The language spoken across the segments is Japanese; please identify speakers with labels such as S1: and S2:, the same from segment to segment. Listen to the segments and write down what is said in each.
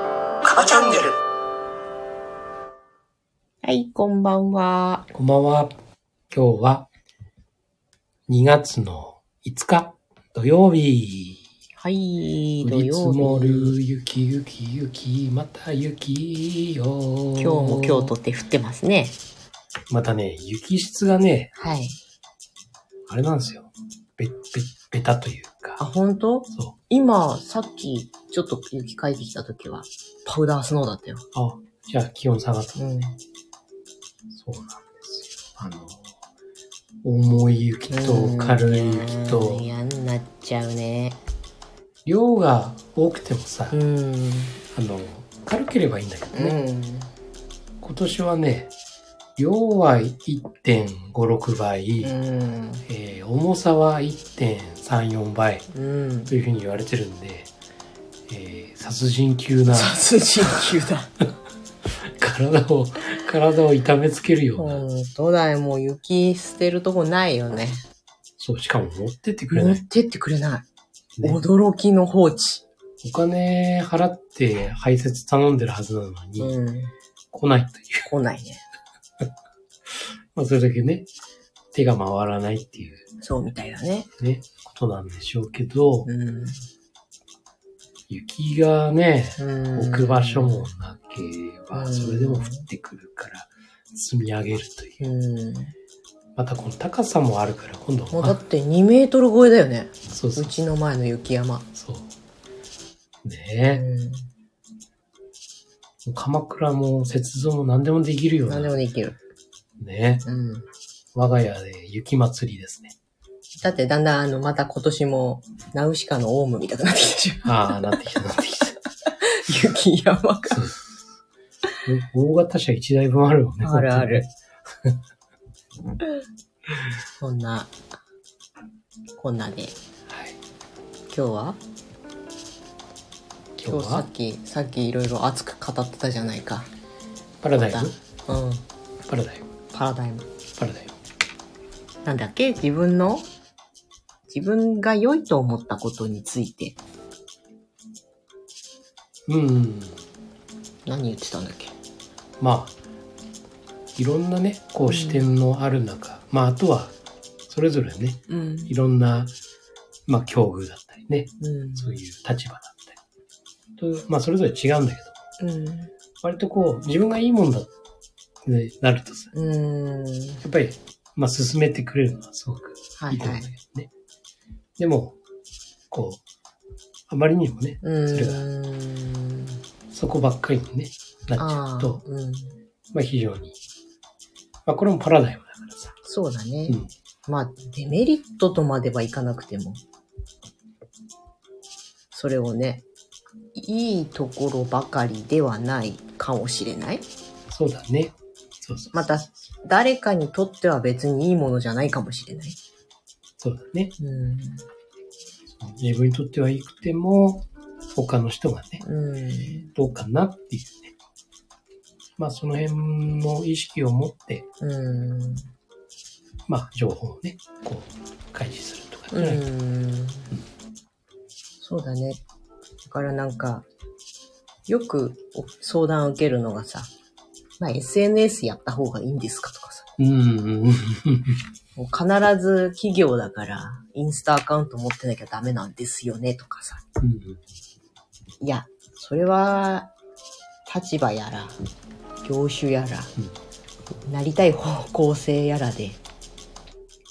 S1: ャンネル。
S2: はい、こんばんは。
S3: こんばんは。今日は2月の5日土曜日。
S2: はい、
S3: 降
S2: 土
S3: り積
S2: 曜
S3: もる
S2: 日。
S3: 雪雪雪また雪よ。
S2: 今日も京都って降ってますね。
S3: またね、雪質がね、
S2: はい。
S3: あれなんですよ。べ、べ、べたという
S2: あ、
S3: か。
S2: 本当？
S3: そ
S2: 今、さっき、ちょっと雪かいてきた時は、パウダースノーだったよ。
S3: う。あ、じゃあ気温下がった。そう
S2: うん。
S3: なんですよ。あの、重い雪と軽い雪
S2: うん
S3: と、
S2: 嫌になっちゃうね。
S3: 量が多くてもさ、
S2: うん。
S3: あの、軽ければいいんだけど
S2: う
S3: ね。
S2: ん。
S3: 今年はね、量は1.56倍、
S2: うん。
S3: えー重さは1.34倍
S2: うん。
S3: というふうに言われてるんで、えー殺人級な
S2: 殺人級だ。
S3: 体を、体を痛めつけるような、
S2: 本当だよ。もう雪捨てるとこないよね。
S3: そう、しかも持ってってくれ
S2: 持
S3: な
S2: っ
S3: い、
S2: てってくれない。
S3: ね。
S2: 驚きの放置。
S3: お金払って排泄頼んでるはずなのに、
S2: うん。
S3: 来ないという。
S2: 来ないね。
S3: まあ、それだけね、手が回らないっていう
S2: そうみたいだね。
S3: ね、ことなんでしょうけど、
S2: うん。
S3: 雪がね、
S2: うん
S3: 置く場所もなけれ
S2: う
S3: ば、
S2: ん
S3: それでも降ってくるから、積み上げるという。
S2: うん。
S3: またこの高さもあるから、今度
S2: もうだ
S3: は、あ
S2: って2メートル超えだよね。
S3: そうそうう、
S2: ちの前の雪山。
S3: そう。
S2: う
S3: ね
S2: ん。
S3: え、鎌倉も雪像も何でもできるよう
S2: 何で
S3: な
S2: も。できる。
S3: ね
S2: うん。
S3: 我が家で雪祭りですね。
S2: だってだんだんあの、また今年も、ナウシカのオウムみたくなってきたじ
S3: ああ、なってきた、なってきた。
S2: ゃん。 雪山が。
S3: そう大型車1台 分あるよね。
S2: あるあ る
S3: 本
S2: こんな、こんなで。
S3: 当に。はい。
S2: 今日は今日
S3: 今日
S2: さ
S3: は
S2: っ、き、さっきいろいろ熱く語ってたじゃないか。
S3: パラダイ
S2: ま
S3: ム
S2: たうん。
S3: パラダイム
S2: パラダイム。
S3: パラダイム。
S2: なんだっけ自分の自分が良いと思ったことについて。
S3: うん。
S2: 何言ってたんだっけ
S3: まあいろんなねこう視点のある中、まああとはそれぞれね
S2: うん。
S3: いろんな、まあ、境遇だったりね
S2: うん。
S3: そういう立場だったりとまあそれぞれ違うんだけど
S2: うん。
S3: 割とこう自分がいいもんだってなるとさ
S2: うん。
S3: やっぱり、まあ、進めてくれるのはすごく
S2: はいい
S3: いと思
S2: は
S3: うん
S2: い
S3: だ。けどね、でもこうあまりにもね
S2: う
S3: それ
S2: ーん。
S3: そこばっかりに、ね、なっちゃ
S2: あ
S3: う
S2: あ
S3: と、
S2: うん。
S3: まあ非常に、まあ、これもパラダイムだからさ、
S2: そうだね。
S3: うん、
S2: まあ、デメリットとまではいかなくても、それをね、いいところばかりではないかもしれない。
S3: そうだねそうそう
S2: また、誰かにとっては別にいいものじゃないかもしれない。
S3: そうだね。
S2: うん。
S3: 自分にとってはいくても、他の人がね、
S2: うん。
S3: どうかなっていうね。まあ、その辺の意識を持って、
S2: うん。
S3: まあ、情報をね、こう、開示するとかって
S2: う
S3: いうのは、
S2: ん。そうだね。だからなんか、よくお相談受けるのがさ、まあ、SNS やった方がいいんですかとかさ。
S3: うん、うん、
S2: もう必ず企業だから、インスタアカウント持ってなきゃダメなんですよねとかさ。いや、それは、立場やら、業種やら、なりたい方向性やらで、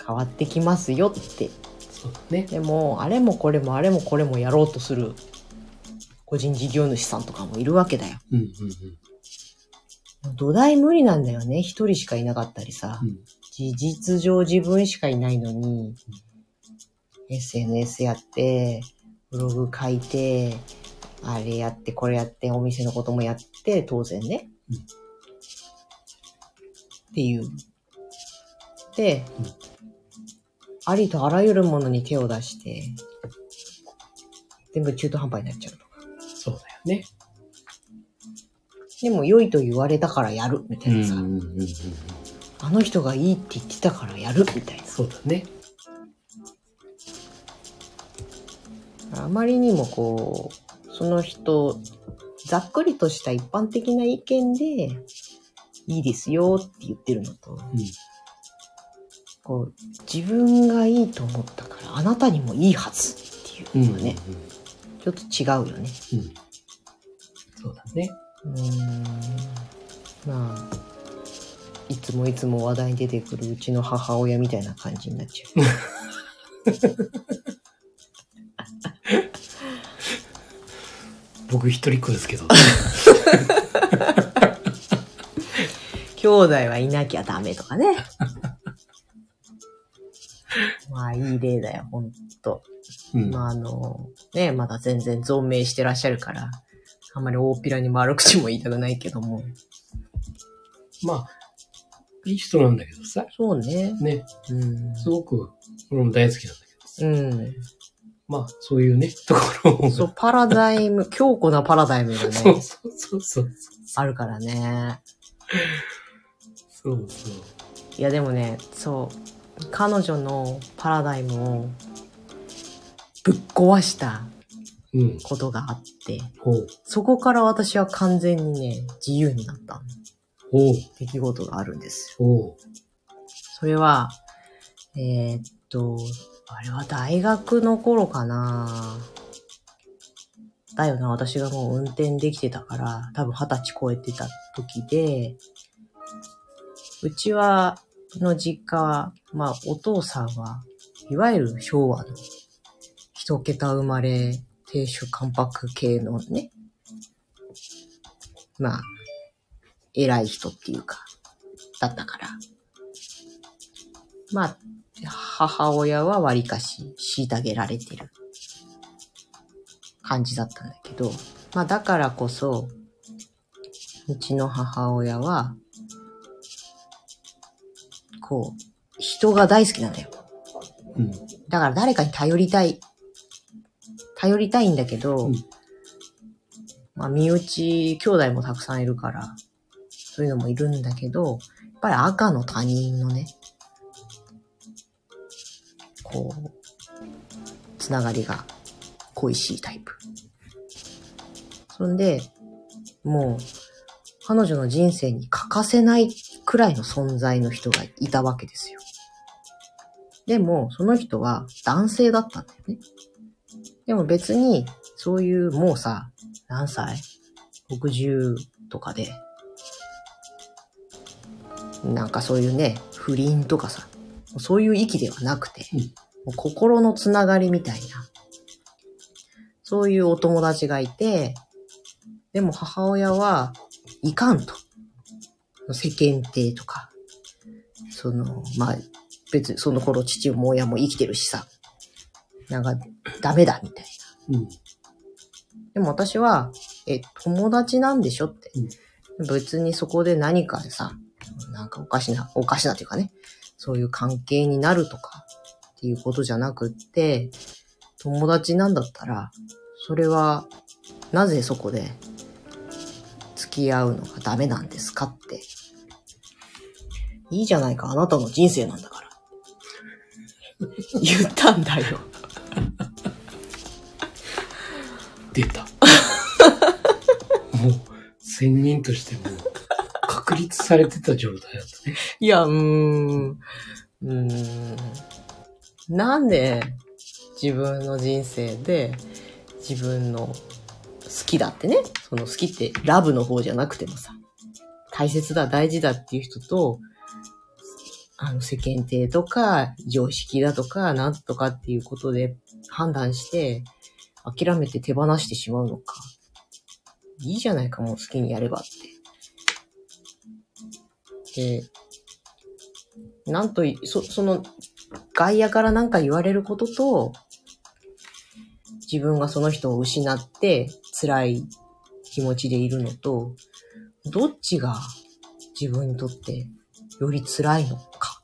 S2: 変わってきますよって
S3: そうだね。
S2: でもあれもこれもあれもこれもやろうとする個人事業主さんとかもいるわけだよ。
S3: うん、うん、
S2: 土台無理なんだよね。一人しかいなかったりさ
S3: う。ん。
S2: 事実上自分しかいないのに、SNS やって、ブログ書いて、あれやって、これやって、お店のこともやって、当然ね。
S3: うん
S2: っていう。で、
S3: うん
S2: ありとあらゆるものに手を出して、全部中途半端になっちゃうとか。
S3: そうだよね。
S2: でも良いと言われたからやる、みた
S3: う
S2: い
S3: ん、う
S2: なさ。
S3: ん、うん。
S2: あの人がいいって言ってたからやる、みたいな。
S3: そうだね。
S2: あまりにもこう、その人ざっくりとした一般的な意見で、いいですよって言ってるのと、
S3: うん
S2: こう、自分がいいと思ったから、あなたにもいいはずっていうのがね、ちょっと違うよね。
S3: うんうんそうだね。
S2: うーんまあいつもいつも話題に出てくるうちの母親みたいな感じになっちゃう。
S3: 僕一人っ子ですけど。
S2: 兄弟はいなきゃダメとか ね。まあいい例だよ、ほんと。
S3: うん
S2: まああの、ね、まだ全然存命してらっしゃるから、あんまり大っぴらに丸口も言いたくないけども。
S3: まあ、いい人なんだけどさ。
S2: そうね。
S3: ね、
S2: うん。
S3: すごく、俺も大好きなんだけど。
S2: うん。
S3: まあ、そういうね、ところも。
S2: そう、パラダイム、強固なパラダイムが
S3: そう
S2: ね、
S3: そうそうそう。
S2: あるからね。
S3: そうそう。
S2: いやでもねそう彼女のパラダイムをぶっ壊した
S3: うん。
S2: ことがあって
S3: ほう。
S2: そこから私は完全にね自由になった
S3: ほう。
S2: 出来事があるんですよ
S3: ほ
S2: それはえーっとあれは大学の頃かなだよな私がもう運転できてたから多分二十歳超えてた時でうちはの実家は、まあ、お父さんは、いわゆる昭和の一桁生まれ、亭主関白系のね、まあ、偉い人っていうか、だったから。まあ、母親は割かし虐げられてる感じだったんだけど、まあだからこそ、うちの母親は、こう、人が大好きなんだよ。
S3: う。うん。
S2: だから誰かに頼りたい。頼りたいんだけど、
S3: うん
S2: まあ身内、兄弟もたくさんいるから、そういうのもいるんだけど、やっぱり赤の他人のね、こう、つながりが恋しいタイプ。そんで、もう、彼女の人生に欠かせないくらいの存在の人がいたわけですよ。でも、その人は男性だったんだよね。でも別に、そういう、もうさ、何歳 ?60 とかで、なんかそういうね、不倫とかさ、そういう域ではなくて、
S3: うん
S2: もう心のつながりみたいな、そういうお友達がいて、でも母親はいかんと。世間体とか、その、まあ、別にその頃父も親も生きてるしさ、なんかダメだみたい
S3: うん。
S2: な。でも私は、え、友達なんでしょって
S3: うん。
S2: 別にそこで何かさ、なんかおかしな、おかしなというかね、そういう関係になるとかっていうことじゃなくって、友達なんだったら、それは、なぜそこで付き合うのがダメなんですかって。いいじゃないか、あなたの人生なんだ から。言ったんだよ。
S3: 出た。 もう、仙人としても、確立されてた状態だったね。
S2: いや、うーん。うーん。なんで自分の人生で自分の好きだってね、その好きってラブの方じゃなくてもさ、大切だ、大事だっていう人と、あの世間体とか常識だとかなんとかっていうことで判断して諦めて手放してしまうのか。いいじゃないか、もう好きにやればって。で、なんとい、そ、その、外野からなんか言われることと、自分がその人を失って辛い気持ちでいるのと、どっちが自分にとってより辛いのか、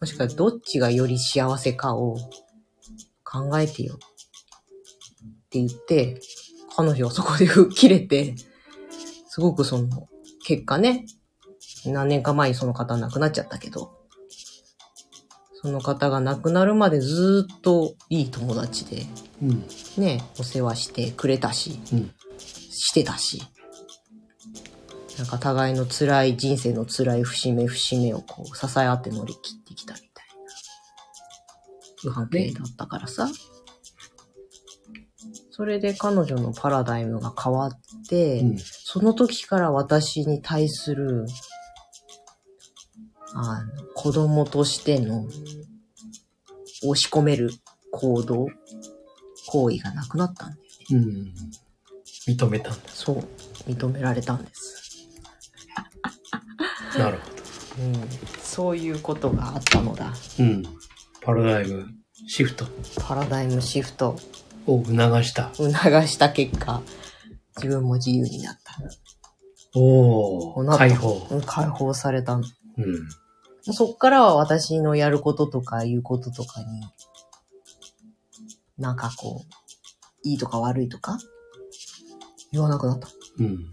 S2: もしくはどっちがより幸せかを考えてよって言って、彼女はそこで吹っ切れて、すごくその、結果ね、何年か前にその方亡くなっちゃったけど、その方が亡くなるまでずーっといい友達で、
S3: うん。
S2: ね、お世話してくれたし、
S3: うん。
S2: してたし、なんか互いの辛い人生の辛い節目節目をこう支え合って乗り切ってきたみたいな関係だったからさ。それで彼女のパラダイムが変わって、
S3: うん
S2: その時から私に対する、あの、子供としての、押し込める行動、行為がなくなったんだよね。
S3: うん。認めたん
S2: そう。認められたんです。
S3: だ。なるほど。
S2: うん。そういうことがあったのだ。
S3: うん。パラダイムシフト
S2: パラダイムシフト
S3: を促した。
S2: 促した結果、自分も自由になった。
S3: お
S2: な
S3: お、
S2: った
S3: 解放。
S2: うん解放されたの
S3: うん。
S2: そっからは私のやることとか言うこととかに、なんかこう、いいとか悪いとか言わなくなった。
S3: うん。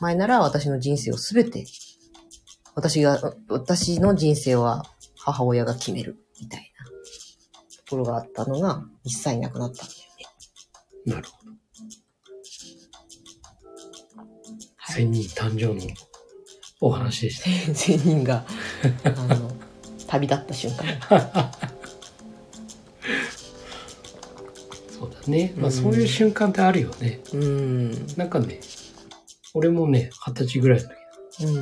S2: 前なら私の人生をすべて、私が、う私の人生は母親が決める、みたいなところがあったのが一切なくなったんだよね。
S3: なるほど。
S2: はい
S3: 千人誕生のお話でし
S2: 全人が、あの、旅立った瞬間。
S3: た。そうだね。ま
S2: う
S3: あ
S2: ん
S3: そういう瞬間ってあるよね。
S2: うーん。
S3: なんかね、俺もね、二十歳ぐらいの時、二十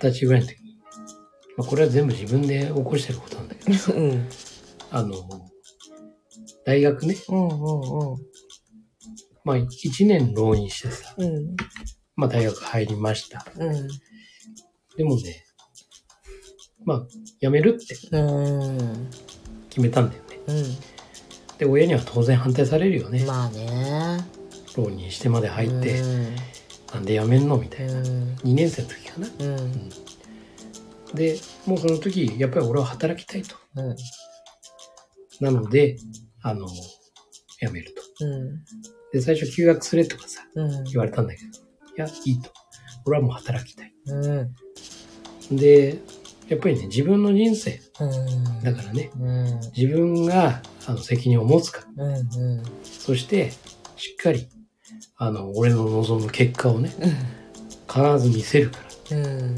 S3: 歳ぐらいの時に、まあこれは全部自分で起こしてることなんだけど、
S2: うん。うん。
S3: あの、大学ね、
S2: うんうん
S3: まあ一年浪人してさ、
S2: うん。うん。
S3: まあ大学入りました。
S2: うん。
S3: でもね、まあ、辞めるって
S2: うん。
S3: 決めたんだよね。
S2: う
S3: で、親には当然反対されるよね
S2: ん。。まあね。
S3: 浪人してまで入って、
S2: うん。
S3: なんで辞めんのみたいな。
S2: うん。
S3: 2年生の時かな。
S2: うん。
S3: で、もうその時、やっぱり俺は働きたいと。
S2: うん。
S3: なので、あの、辞めると。
S2: うん。
S3: で、最初休学すれとかさ、
S2: うん。
S3: 言われたんだけど、いや、いいと。俺はもう働きたい。
S2: うん。
S3: で、やっぱりね、自分の人生
S2: うん。
S3: だからね、
S2: うん。
S3: 自分があの責任を持つか
S2: うん。うん。
S3: そして、しっかり、あの、俺の望む結果をね、必ず見せるから。
S2: うん。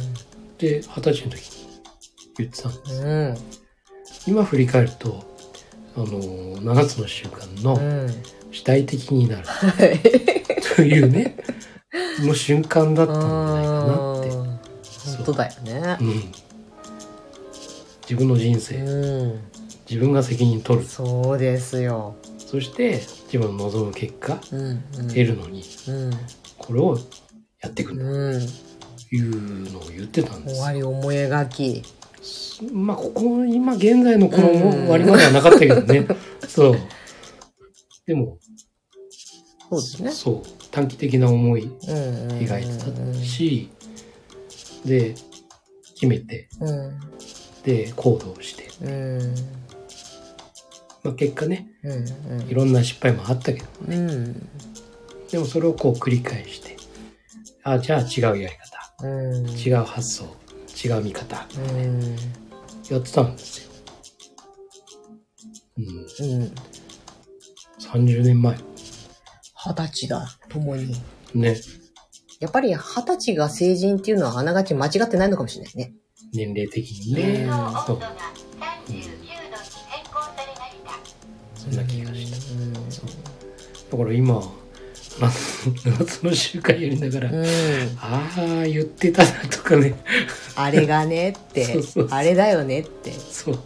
S3: で、二十歳の時に言ってたの。
S2: うん。
S3: 今振り返ると、あの、7つの習慣
S2: う
S3: の
S2: ん。
S3: 主体的になるとい うね、の瞬間だったんじゃないかなっ
S2: 本当だよね
S3: て。。うん。自分の人生、
S2: う
S3: 自分が責任取
S2: ん。
S3: る。
S2: そうですよ。
S3: そして、自分の望む結果、
S2: うん。
S3: 得るのに、
S2: うん。
S3: これをやっていくんだ
S2: うん。
S3: というのを言ってたんで
S2: 終
S3: すよ
S2: わり思い描き。
S3: まあ、ここ、今現在のこの
S2: うん
S3: 終わりまではなかったけど ね。そう。でも、
S2: そうですね。
S3: そう。短期的な思い
S2: うん。
S3: 描いてた。し、で、決めて、
S2: うん。
S3: で、行動して。
S2: うん。
S3: まあ、結果ね、
S2: うん。
S3: いろんな失敗もあったけど、
S2: うん。
S3: でもそれをこう繰り返して、あじゃあ違うやり方、
S2: うん。
S3: 違う発想、違う見方、
S2: うん。
S3: やってたんですよ。うん。
S2: うん。
S3: 30年前。
S2: 二十歳だ、共に。
S3: ね。
S2: やっぱり二十歳が成人っていうのはあながち間違ってないのかもしれないね。
S3: 年齢的に
S2: うん
S3: ね。
S1: 温
S3: そ
S1: 度。
S3: う
S1: が39度に変更されました。
S3: そんな気がした。
S2: うん。
S3: そうだから今7つの 習慣やりながら、
S2: うん。
S3: ああ言ってたなとかね
S2: あれがねっ
S3: そう
S2: て
S3: そう、そう
S2: あれだよねって。
S3: そう、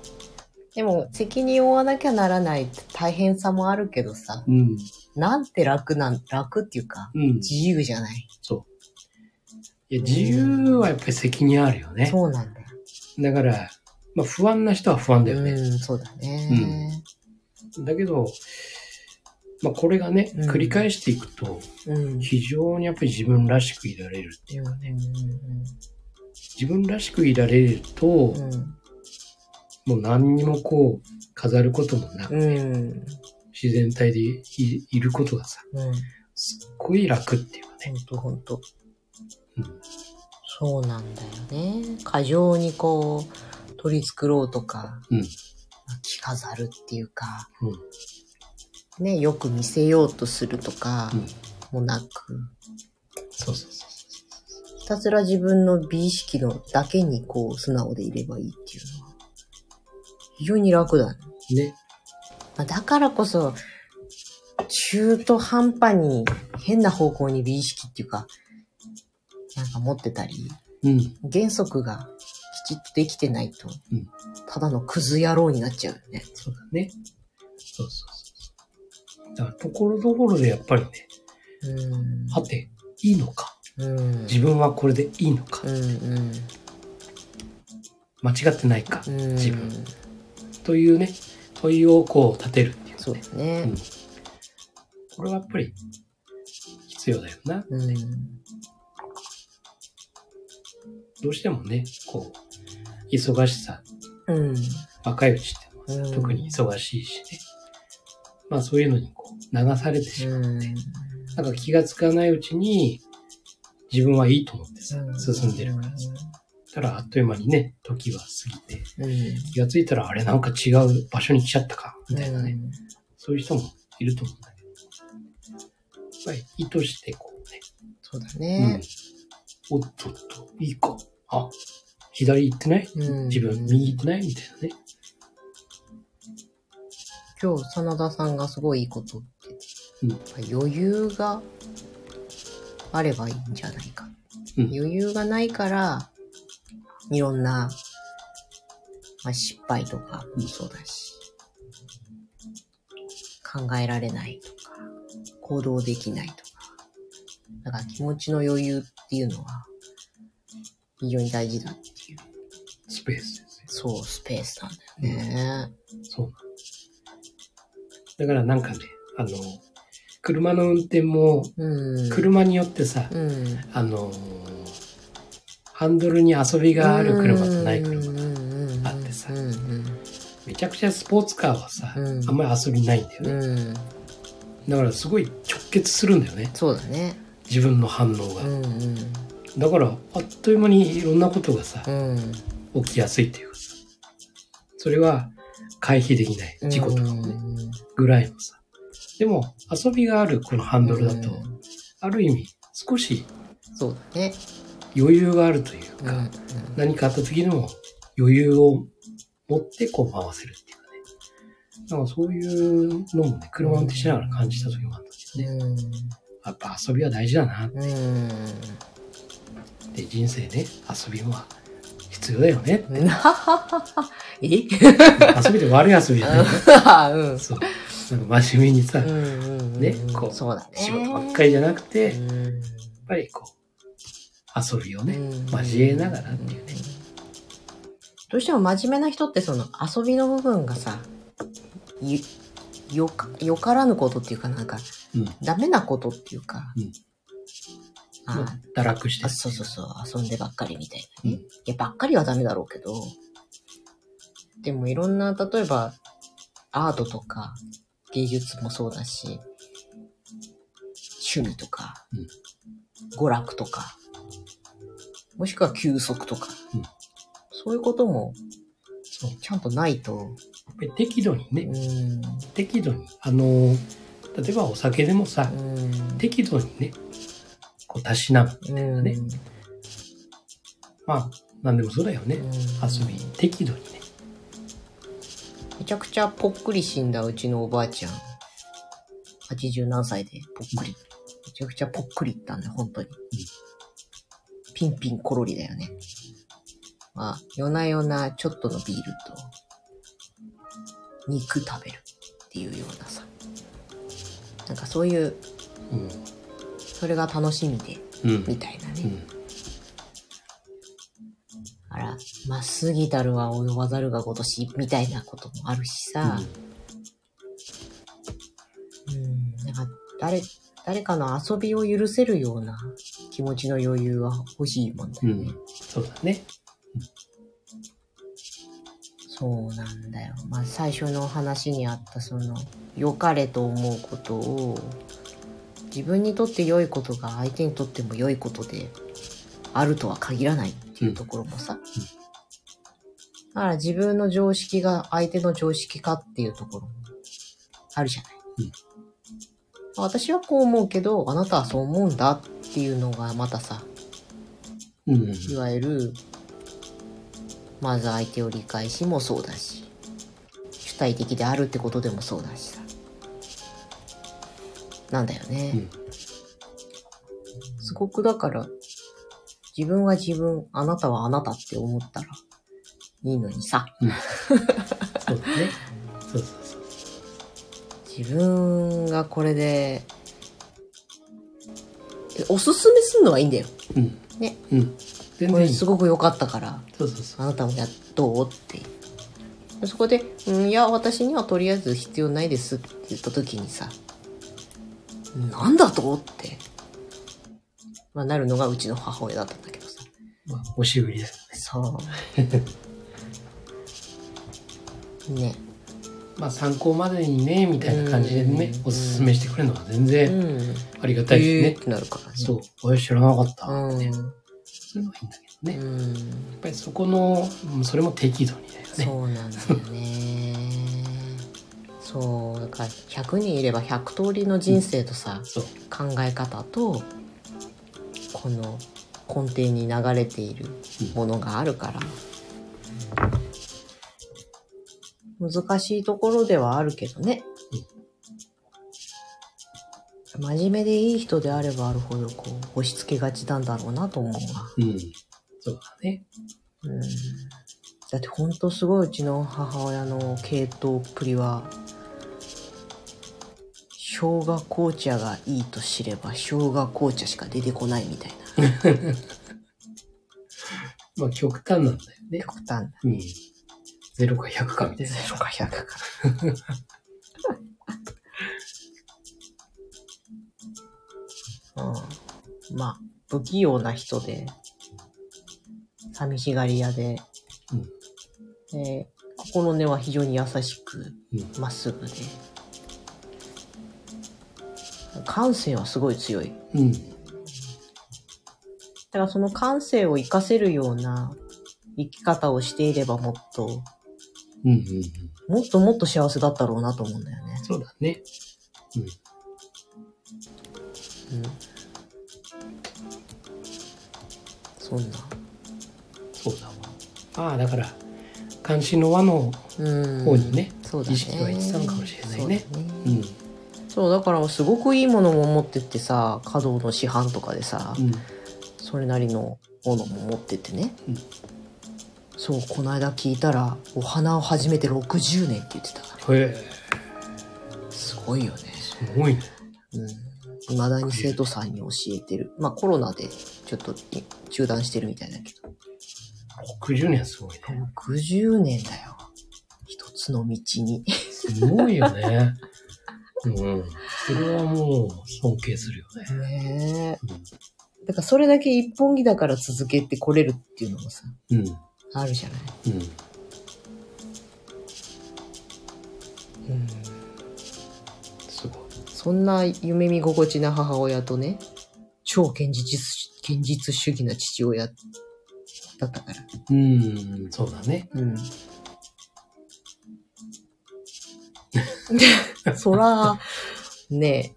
S2: でも、責任を負わなきゃならないって大変さもあるけどさ、
S3: うん
S2: なんて楽なん、楽っていうか、
S3: うん、
S2: 自由じゃない。
S3: そういや自由はやっぱり責任あるよね
S2: そうなんだよ。
S3: だから、まあ、不安な人は不安だよ
S2: う
S3: ね、
S2: ん、そうだね。
S3: だけど、まあ、これがね
S2: うん
S3: 繰り返していくと
S2: うん。
S3: 非常にやっぱり自分らしくいられるっていうかね自分らしくいられると、
S2: うん。うん。
S3: もう何にもこう飾ることもなく、
S2: うん。
S3: 自然体でいいることがさ
S2: うん。
S3: すっごい楽っていうか
S2: ほ
S3: ね。
S2: んとほんと
S3: うん。
S2: そうなんだよね。過剰にこう、取り繕うとか、
S3: うん。
S2: 着飾るっていうか、
S3: うん。
S2: ね、よく見せようとするとか、
S3: うん
S2: もなく、
S3: そうそうそう。
S2: ひたすら自分の美意識のだけにこう素直でいればいいっていうのは、非常に楽だね。
S3: ね。
S2: まあだからこそ、中途半端に変な方向に美意識っていうか、なんか持ってたり、
S3: うん。
S2: 原則がきちっとできてないと、
S3: うん
S2: ただのクズ野郎になっちゃうよね。
S3: そうだね。そうそうそう。だから、ところどころでやっぱりね、
S2: うん。
S3: はて、いいのか
S2: うん。
S3: 自分はこれでいいのか
S2: うんうん。
S3: 間違ってないか、
S2: うん
S3: 自分というね、問いをこう立てるっていう、ね。
S2: そうだね。
S3: これはやっぱり必要だよな。
S2: うん。
S3: どうしてもね、こう、忙しさ、
S2: うん。
S3: 若いうちって
S2: うん
S3: 特に忙しいしね。まあそういうのにこう流されてしまう。
S2: うん。
S3: なんか気がつかないうちに自分はいいと思ってさ
S2: う、ん
S3: 進んでるからさ。たらあっという間にね、時は過ぎて、
S2: うん。
S3: 気がついたらあれなんか違う場所に来ちゃったか、みたいなね。
S2: うん
S3: そういう人もいると思うんだけど。やっぱり意図してこうね。
S2: そうだね。
S3: うん、おっとっと、いいか。あ、左行ってない、
S2: うん
S3: 自分右行ってないみたいなね。
S2: 今日、真田さんがすごいいいことって、
S3: うん
S2: やっぱ余裕があればいいんじゃないか。
S3: うん
S2: 余裕がないから、いろんな、まあ、失敗とか
S3: うん
S2: もそうだし、考えられないとか、行動できないとか、だから気持ちの余裕っていうのは、非常に大事だっていう、
S3: スペースですよ。
S2: そう、スペースなんだよね。
S3: そうなんですだからなんかね、あの、車の運転も、
S2: うん。
S3: 車によってさ、
S2: うん。
S3: あの、ハンドルに遊びがある車とない車が
S2: が
S3: あってさ
S2: うんうん
S3: めちゃくちゃスポーツカーはさ、
S2: うん
S3: あんまり遊びないんだよ
S2: う
S3: ね。
S2: んうん、
S3: だからすごい直結するんだよね。
S2: そうだね。
S3: 自分の反応が
S2: う。んうん
S3: だからあっという間にいろんなことがさ
S2: うん
S3: 起きやすいっていうかさそれは回避できない事故とかもね
S2: ね。
S3: ぐらいのさでも遊びがあるこのハンドルだと
S2: うん
S3: ある意味少し
S2: そうだね。
S3: 余裕があるという
S2: うんう
S3: か
S2: ん
S3: 何かあった時でも余裕を持ってこう回せるっていうかねだからそういうのもね車運転しながら感じた時もあったんですねやっぱ遊びは大事だなっ
S2: うんうん
S3: て人生ね遊びは必要だよね
S2: え
S3: 遊びで悪い遊びじゃない
S2: う
S3: よ
S2: ん
S3: そう。なんか真面目にさ、
S2: うんうん
S3: ねこう
S2: そうだね。
S3: 仕事ばっかりじゃなくて、
S2: う
S3: やっ
S2: ん
S3: ぱりこう、遊びをね、
S2: うん
S3: 交えながらっていうね。
S2: どうしても真面目な人ってその遊びの部分がさ、ゆよか、よからぬことっていうかなんか、
S3: うん。
S2: ダメなことっていうか、
S3: うん
S2: あ
S3: ま
S2: ー
S3: あ堕落して
S2: あ、。そうそうそう、遊んでばっかりみたいなね。
S3: うん
S2: いや、ばっかりはダメだろうけど、でもいろんな、例えば、アートとか、芸術もそうだし、趣味とか、
S3: うん
S2: 娯楽とか、もしくは休息とか、
S3: うん
S2: そういうことも
S3: そう。や
S2: ちゃんとないと、
S3: っぱり適度に
S2: う
S3: ね、
S2: ん、
S3: 適度に、あの、例えばお酒でもさ、
S2: うん、
S3: 適度にね、こう、たしなむ。
S2: うん、
S3: ねまあ、なんでもそうだよね。
S2: うん
S3: 遊び、適度にね。
S2: めちゃくちゃぽっくり死んだうちのおばあちゃん。80何歳でぽっくり。めちゃくちゃぽっくりいったんだよ、本当に。ピンピンコロリだよね。まあ、夜な夜なちょっとのビールと、肉食べるっていうようなさ。なんかそういう、
S3: うん。
S2: それが楽しみで、
S3: うん。
S2: みたいな
S3: う
S2: ね。
S3: ん。
S2: あら、まっすぎたるは及ばざるがごとし、みたいなこともあるしさ。うん、なんか誰、誰かの遊びを許せるような気持ちの余裕は欲しいもんだ
S3: う
S2: よね。
S3: ん。そうだね。
S2: そうなんだよ。まあ最初の話にあったその、良かれと思うことを、自分にとって良いことが相手にとっても良いことであるとは限らないっていうところもさ。だから自分の常識が相手の常識かっていうところもあるじゃない。
S3: うん
S2: 私はこう思うけど、あなたはそう思うんだっていうのがまたさ、
S3: うん。
S2: いわゆる、まず相手を理解しもそうだし、主体的であるってことでもそうだしさ。なんだよね。
S3: うん
S2: すごくだから、自分は自分、あなたはあなたって思ったらいいのにさ、
S3: そうだね。そうそうそう。
S2: 自分がこれで、えおすすめすんのはいいんだよ。
S3: うん。
S2: ね。
S3: うん。全
S2: こ
S3: 然い
S2: れ
S3: い。
S2: す
S3: そう
S2: ごく良かったから、
S3: そうそう。
S2: あなたもやっどうってでそこで「うんいや私にはとりあえず必要ないです」って言った時にさ「なんだと?」って、まあ、なるのがうちの母親だったんだけどさ
S3: まあ、押し売りです。
S2: そう ね
S3: まあ、参考までにね、みたいな感じでね
S2: うん、
S3: おすすめしてくれるのは全
S2: う
S3: 然
S2: ん
S3: ありがたいです
S2: え
S3: ね
S2: ーっ。てなるからね
S3: そう。俺知らなかった。
S2: うん
S3: ね。そういうのはいいんだけどね。や
S2: うん
S3: っぱりそこの、うんそれも適度にだよね。
S2: そうなんだよ ねそうだから100人いれば100通りの人生とさ、
S3: そう。
S2: 考え方とこの根底に流れているものがあるから、難しいところではあるけどね、真面目でいい人であればあるほどこう押し付けがちなんだろうなと思うわ、
S3: うん。そうだね。
S2: うん、だってほんとすごいうちの母親の系統っぷりは生姜紅茶がいいと知れば生姜紅茶しか出てこないみたいな
S3: まあ、極端なんだよね。
S2: 極端
S3: うん。0か100かみたい
S2: で
S3: な。
S2: 0か100かな、うん、まあ不器用な人で寂しがり屋で、で心根は非常に優しく
S3: うん。
S2: まっすぐで感性はすごい強いだ
S3: うん。
S2: からその感性を活かせるような生き方をしていればもっと
S3: うん。うん。
S2: もっともっと幸せだったろうなと思うんだよね、
S3: そうだね。
S2: うん、そんな
S3: そうだわ。まあ、だから、関心の輪の
S2: うん
S3: 方にね、
S2: そうだね
S3: 意識は行ってたのかもしれないね
S2: そうだね
S3: うん。
S2: そうだからすごくいいものも持ってってさ華道の市販とかでさ、
S3: うん。
S2: それなりのものも持ってってね、
S3: うん
S2: そうこの間聞いたらお花を始めて60年って言ってたか
S3: へえ、
S2: らすごいよね
S3: すごいね。
S2: うん、未だに生徒さんに教えてるまあコロナでちょっとい中断してるみたいだけど
S3: 60年すごいね。
S2: 60年だよ一つの道に
S3: すごいよね。うん。それはもう尊敬するよね。
S2: ねえだからそれだけ一本木だから続けてこれるっていうのもさ
S3: うん。うん。
S2: あるじゃない
S3: う
S2: う
S3: ん。
S2: ん
S3: すごい。
S2: そんな夢見心地な母親とね、超現実主現実主義な父親だったから。
S3: うん、そうだね。
S2: うん。 そら、ね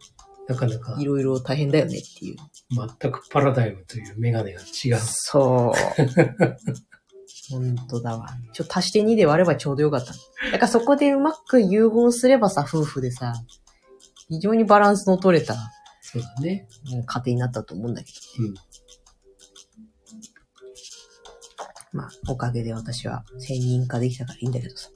S3: なかなか
S2: いろいろ大変だよねっていう。
S3: 全くパラダイムというメガネが違う。
S2: そう。本当だわ。ちょ、足して2で割ればちょうどよかった。だからそこでうまく融合すればさ、夫婦でさ、非常にバランスの取れた
S3: そうだね。
S2: うん家庭になったと思うんだけど。
S3: うん。
S2: まあ、おかげで私は専任化できたからいいんだけどさ。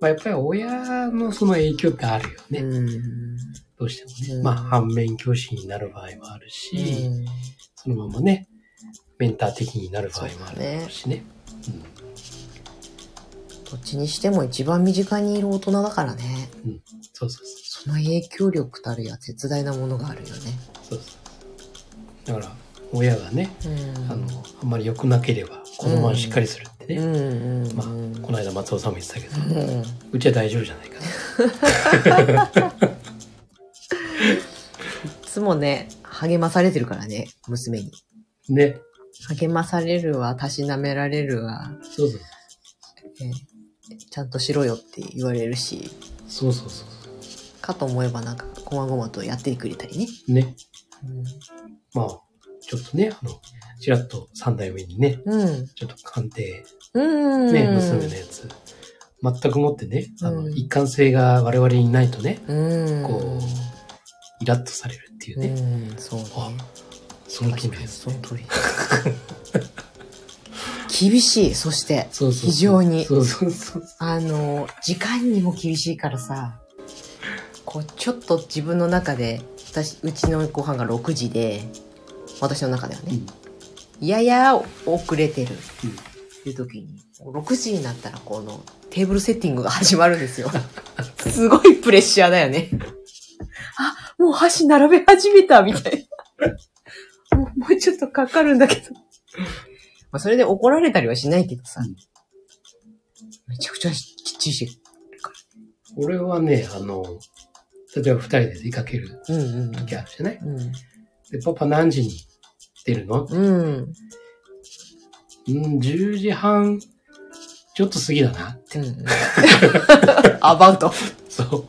S3: まあやっぱり親のその影響ってあるよね。
S2: うん。
S3: どうして
S2: う
S3: もね。
S2: ん
S3: まあ反面教師になる場合もあるし、そのままね、メンター的になる場合もあるだろうしね。
S2: どっちにしても一番身近にいる大人だからね。
S3: うん。そうそうそう。
S2: その影響力たるや絶大なものがあるよね。
S3: そうそうそう。だから、親がね、
S2: うん
S3: あの、あんまり良くなければ、子供はしっかりするってね。
S2: うんうんうん。
S3: まあ、この間松尾さんも言ってたけど、
S2: うん
S3: うちは大丈夫じゃないかな。
S2: いつもね、励まされてるからね、娘に。
S3: ね。
S2: 励まされるわ、たしなめられるわ、
S3: そうそう。
S2: えーちゃんとしろよって言われるし、
S3: そうそうそう。
S2: 必かと思えばなんか、こまごまとやってくれたりね。
S3: ね。まあ、ちょっとね、あの、ちらっと三代目にね、
S2: うん。
S3: ちょっと鑑定、
S2: うん。
S3: ね、娘のやつ、全くもってね、あの、
S2: うん
S3: 一貫性が我々にないとね、
S2: うん。
S3: こイラッとされるっていう
S2: う
S3: ね。
S2: ん、そうね。
S3: あ、その通
S2: 確
S3: り
S2: か
S3: で
S2: に
S3: す。
S2: その通り。 厳しい。そして、
S3: そうそうそう
S2: 非常に
S3: そうそうそう。
S2: あの、時間にも厳しいからさ、こう、ちょっと自分の中で、私、うちのご飯が6時で、私の中ではね、やや遅れてるっていう時に、6時になったらこのテーブルセッティングが始まるんですよ。 すごいプレッシャーだよね。あ、もう箸並べ始めたみたいな。 もうもうちょっとかかるんだけど。まあそれで怒られたりはしないけどさ
S3: うん。
S2: めちゃくちゃしきっちりして
S3: 俺はね、あの、例えば二人で出かける
S2: る。うん
S3: 時あるじゃない
S2: うん。
S3: で、パパ何時に出るの
S2: うん。うん。
S3: うん、10時半、ちょっと過ぎだな。
S2: うん。アバウト。
S3: そう。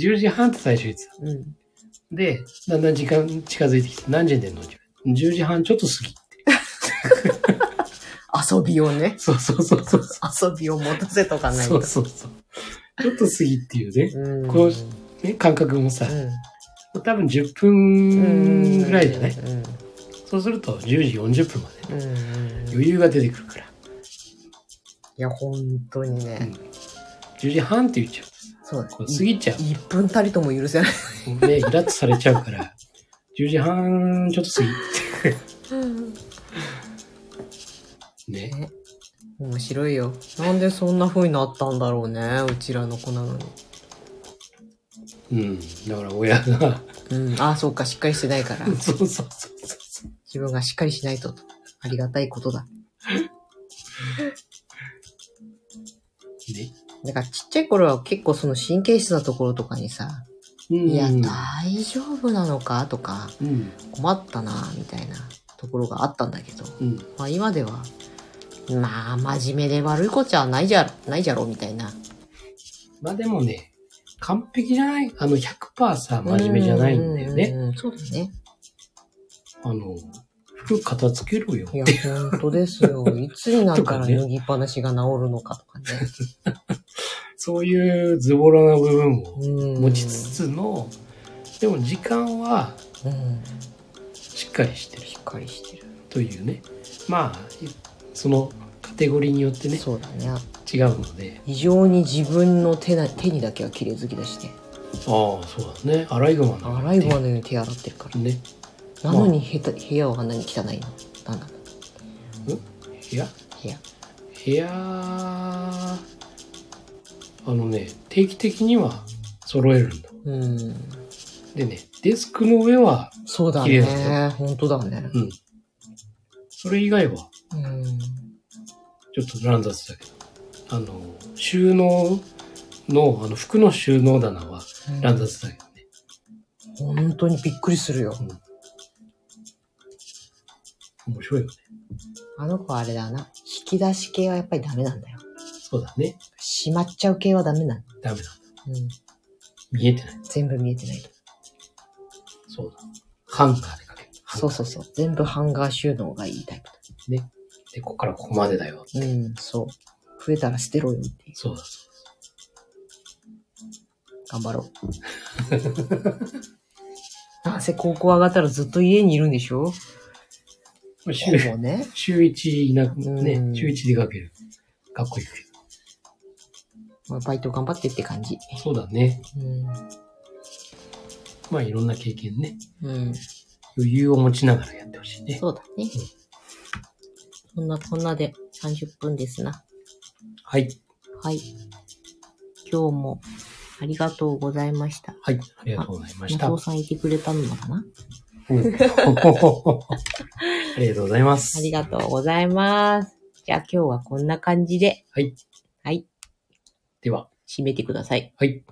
S3: 10時半って最初言ってた。
S2: うん。
S3: で、だんだん時間近づいてきて、何時に出るの ?10 時半ちょっと過ぎ。
S2: 遊びをね。
S3: そうそうそうそう。
S2: 遊びを持たせとかない
S3: そ
S2: と
S3: う。そうそう。ちょっと過ぎっていうね、
S2: うん
S3: こね感覚もさ、
S2: うん。
S3: 多分10分ぐらいじゃない
S2: うん
S3: そうすると10時40分まで
S2: うんうんうんい
S3: 余裕が出てくるから。
S2: や、本当にね。
S3: うん10時半って言っちゃう。
S2: そう
S3: こう過ぎちゃう。
S2: 一分たりとも許せない。
S3: ね、イラッとされちゃうから、10時半ちょっと過ぎって。ね。
S2: 面白いよ。なんでそんな風になったんだろうね。うちらの子なのに。
S3: うん。だから親が、
S2: うん。あ、そうか。しっかりしてないから。
S3: そうそうそうそうそう。
S2: 自分がしっかりしないと。ありがたいことだ。
S3: ね。
S2: だからちっちゃい頃は結構その神経質なところとかにさ、
S3: うん
S2: いや、大丈夫なのかとか、
S3: うん。
S2: 困ったな、みたいなところがあったんだけど。
S3: うん。
S2: まあ今では、まあ真面目で悪いことじゃないじゃ、ないじゃろ、みたいな。
S3: まあでもね、完璧じゃない。あの、100%さ、真面目じゃないんだよ
S2: う
S3: ね。
S2: んうんうん。そうだ ね。
S3: あの、服片付けろよ
S2: い。や、本当ですよ。いつになったら
S3: とかね
S2: 脱ぎっぱなしが治るのかとかね。
S3: そういうズボラな部分を
S2: うん
S3: 持ちつつの、でも時間は
S2: うん。
S3: しっかりしてる
S2: しっかりしてる。
S3: というね。まあ、そのカテゴリーによってね、
S2: そうだね。
S3: 違うので。
S2: 非常に自分の手な手にだけは綺麗好きだしね。
S3: ああ、そうだね。アライグマな
S2: ア
S3: んだ
S2: ラ
S3: っ
S2: イ
S3: て
S2: グマのように手洗ってるから。
S3: ね。
S2: なのにへた部屋はあんなに汚いの。なんだ
S3: 部屋
S2: 部屋。
S3: 部屋、あのね、定期的には揃えるんだ。
S2: うん。
S3: でね、デスクの上は、
S2: そうだ
S3: 綺麗
S2: ね。
S3: だ
S2: 本当だね。
S3: うん。それ以外は、
S2: うん。
S3: ちょっと乱雑だけど、あの、収納の、あの、服の収納棚は乱雑だけどね。
S2: 本当にびっくりするよ。
S3: 面白いよね。
S2: あの子はあれだな。引き出し系はやっぱりダメなんだよ。
S3: そうだね。
S2: 閉まっちゃう系はダメなんだ。
S3: ダメだ。
S2: うん。
S3: 見えてない。
S2: 全部見えてないと。
S3: そうだ。ハンガーでかける。ハンガ
S2: そ
S3: ー
S2: うそうそう。全部ハンガー収納がいいタイプ
S3: で、ここからここまでだよ。
S2: だ。うん、そう。増えたら捨てろよっていう。
S3: そうだ、そ
S2: 頑張 ろう。なんせ高校上がったらずっと家にいるんでし ょ
S3: うだ。週、
S2: ほぼね。
S3: 週一いなく、
S2: う
S3: ね、
S2: ん
S3: 週一でかける。学校行くけ
S2: まあ、バイト頑張ってって感じ。
S3: ど。そうだね。
S2: うん。
S3: まあ、いろんな経験ね。
S2: うん。
S3: 余裕を持ちながらやってほしいね。
S2: そうだね。そんなこんなで30分ですな。
S3: はい。
S2: はい。今日もありがとうございました。
S3: はい。ありがとうございまし
S2: 松
S3: た。
S2: 尾さんいてくれたのかな
S3: うんありがとうございます。
S2: ありがとうございます。じゃあ今日はこんな感じで
S3: はい。
S2: はい。
S3: では、
S2: 締めてください。
S3: はい。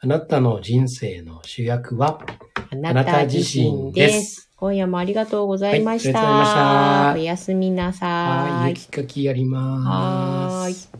S3: あなたの人生の主役は、
S2: あ
S3: あ
S2: な
S3: なた
S2: た
S3: 自
S2: 自
S3: 身
S2: 身
S3: で
S2: です。
S3: す。
S2: 今夜もありがとうございました。
S3: はいありがとうございました
S2: おやすみなさ
S3: はいい。。雪かきやり
S2: は
S3: ま
S2: ー
S3: ー
S2: い
S3: す。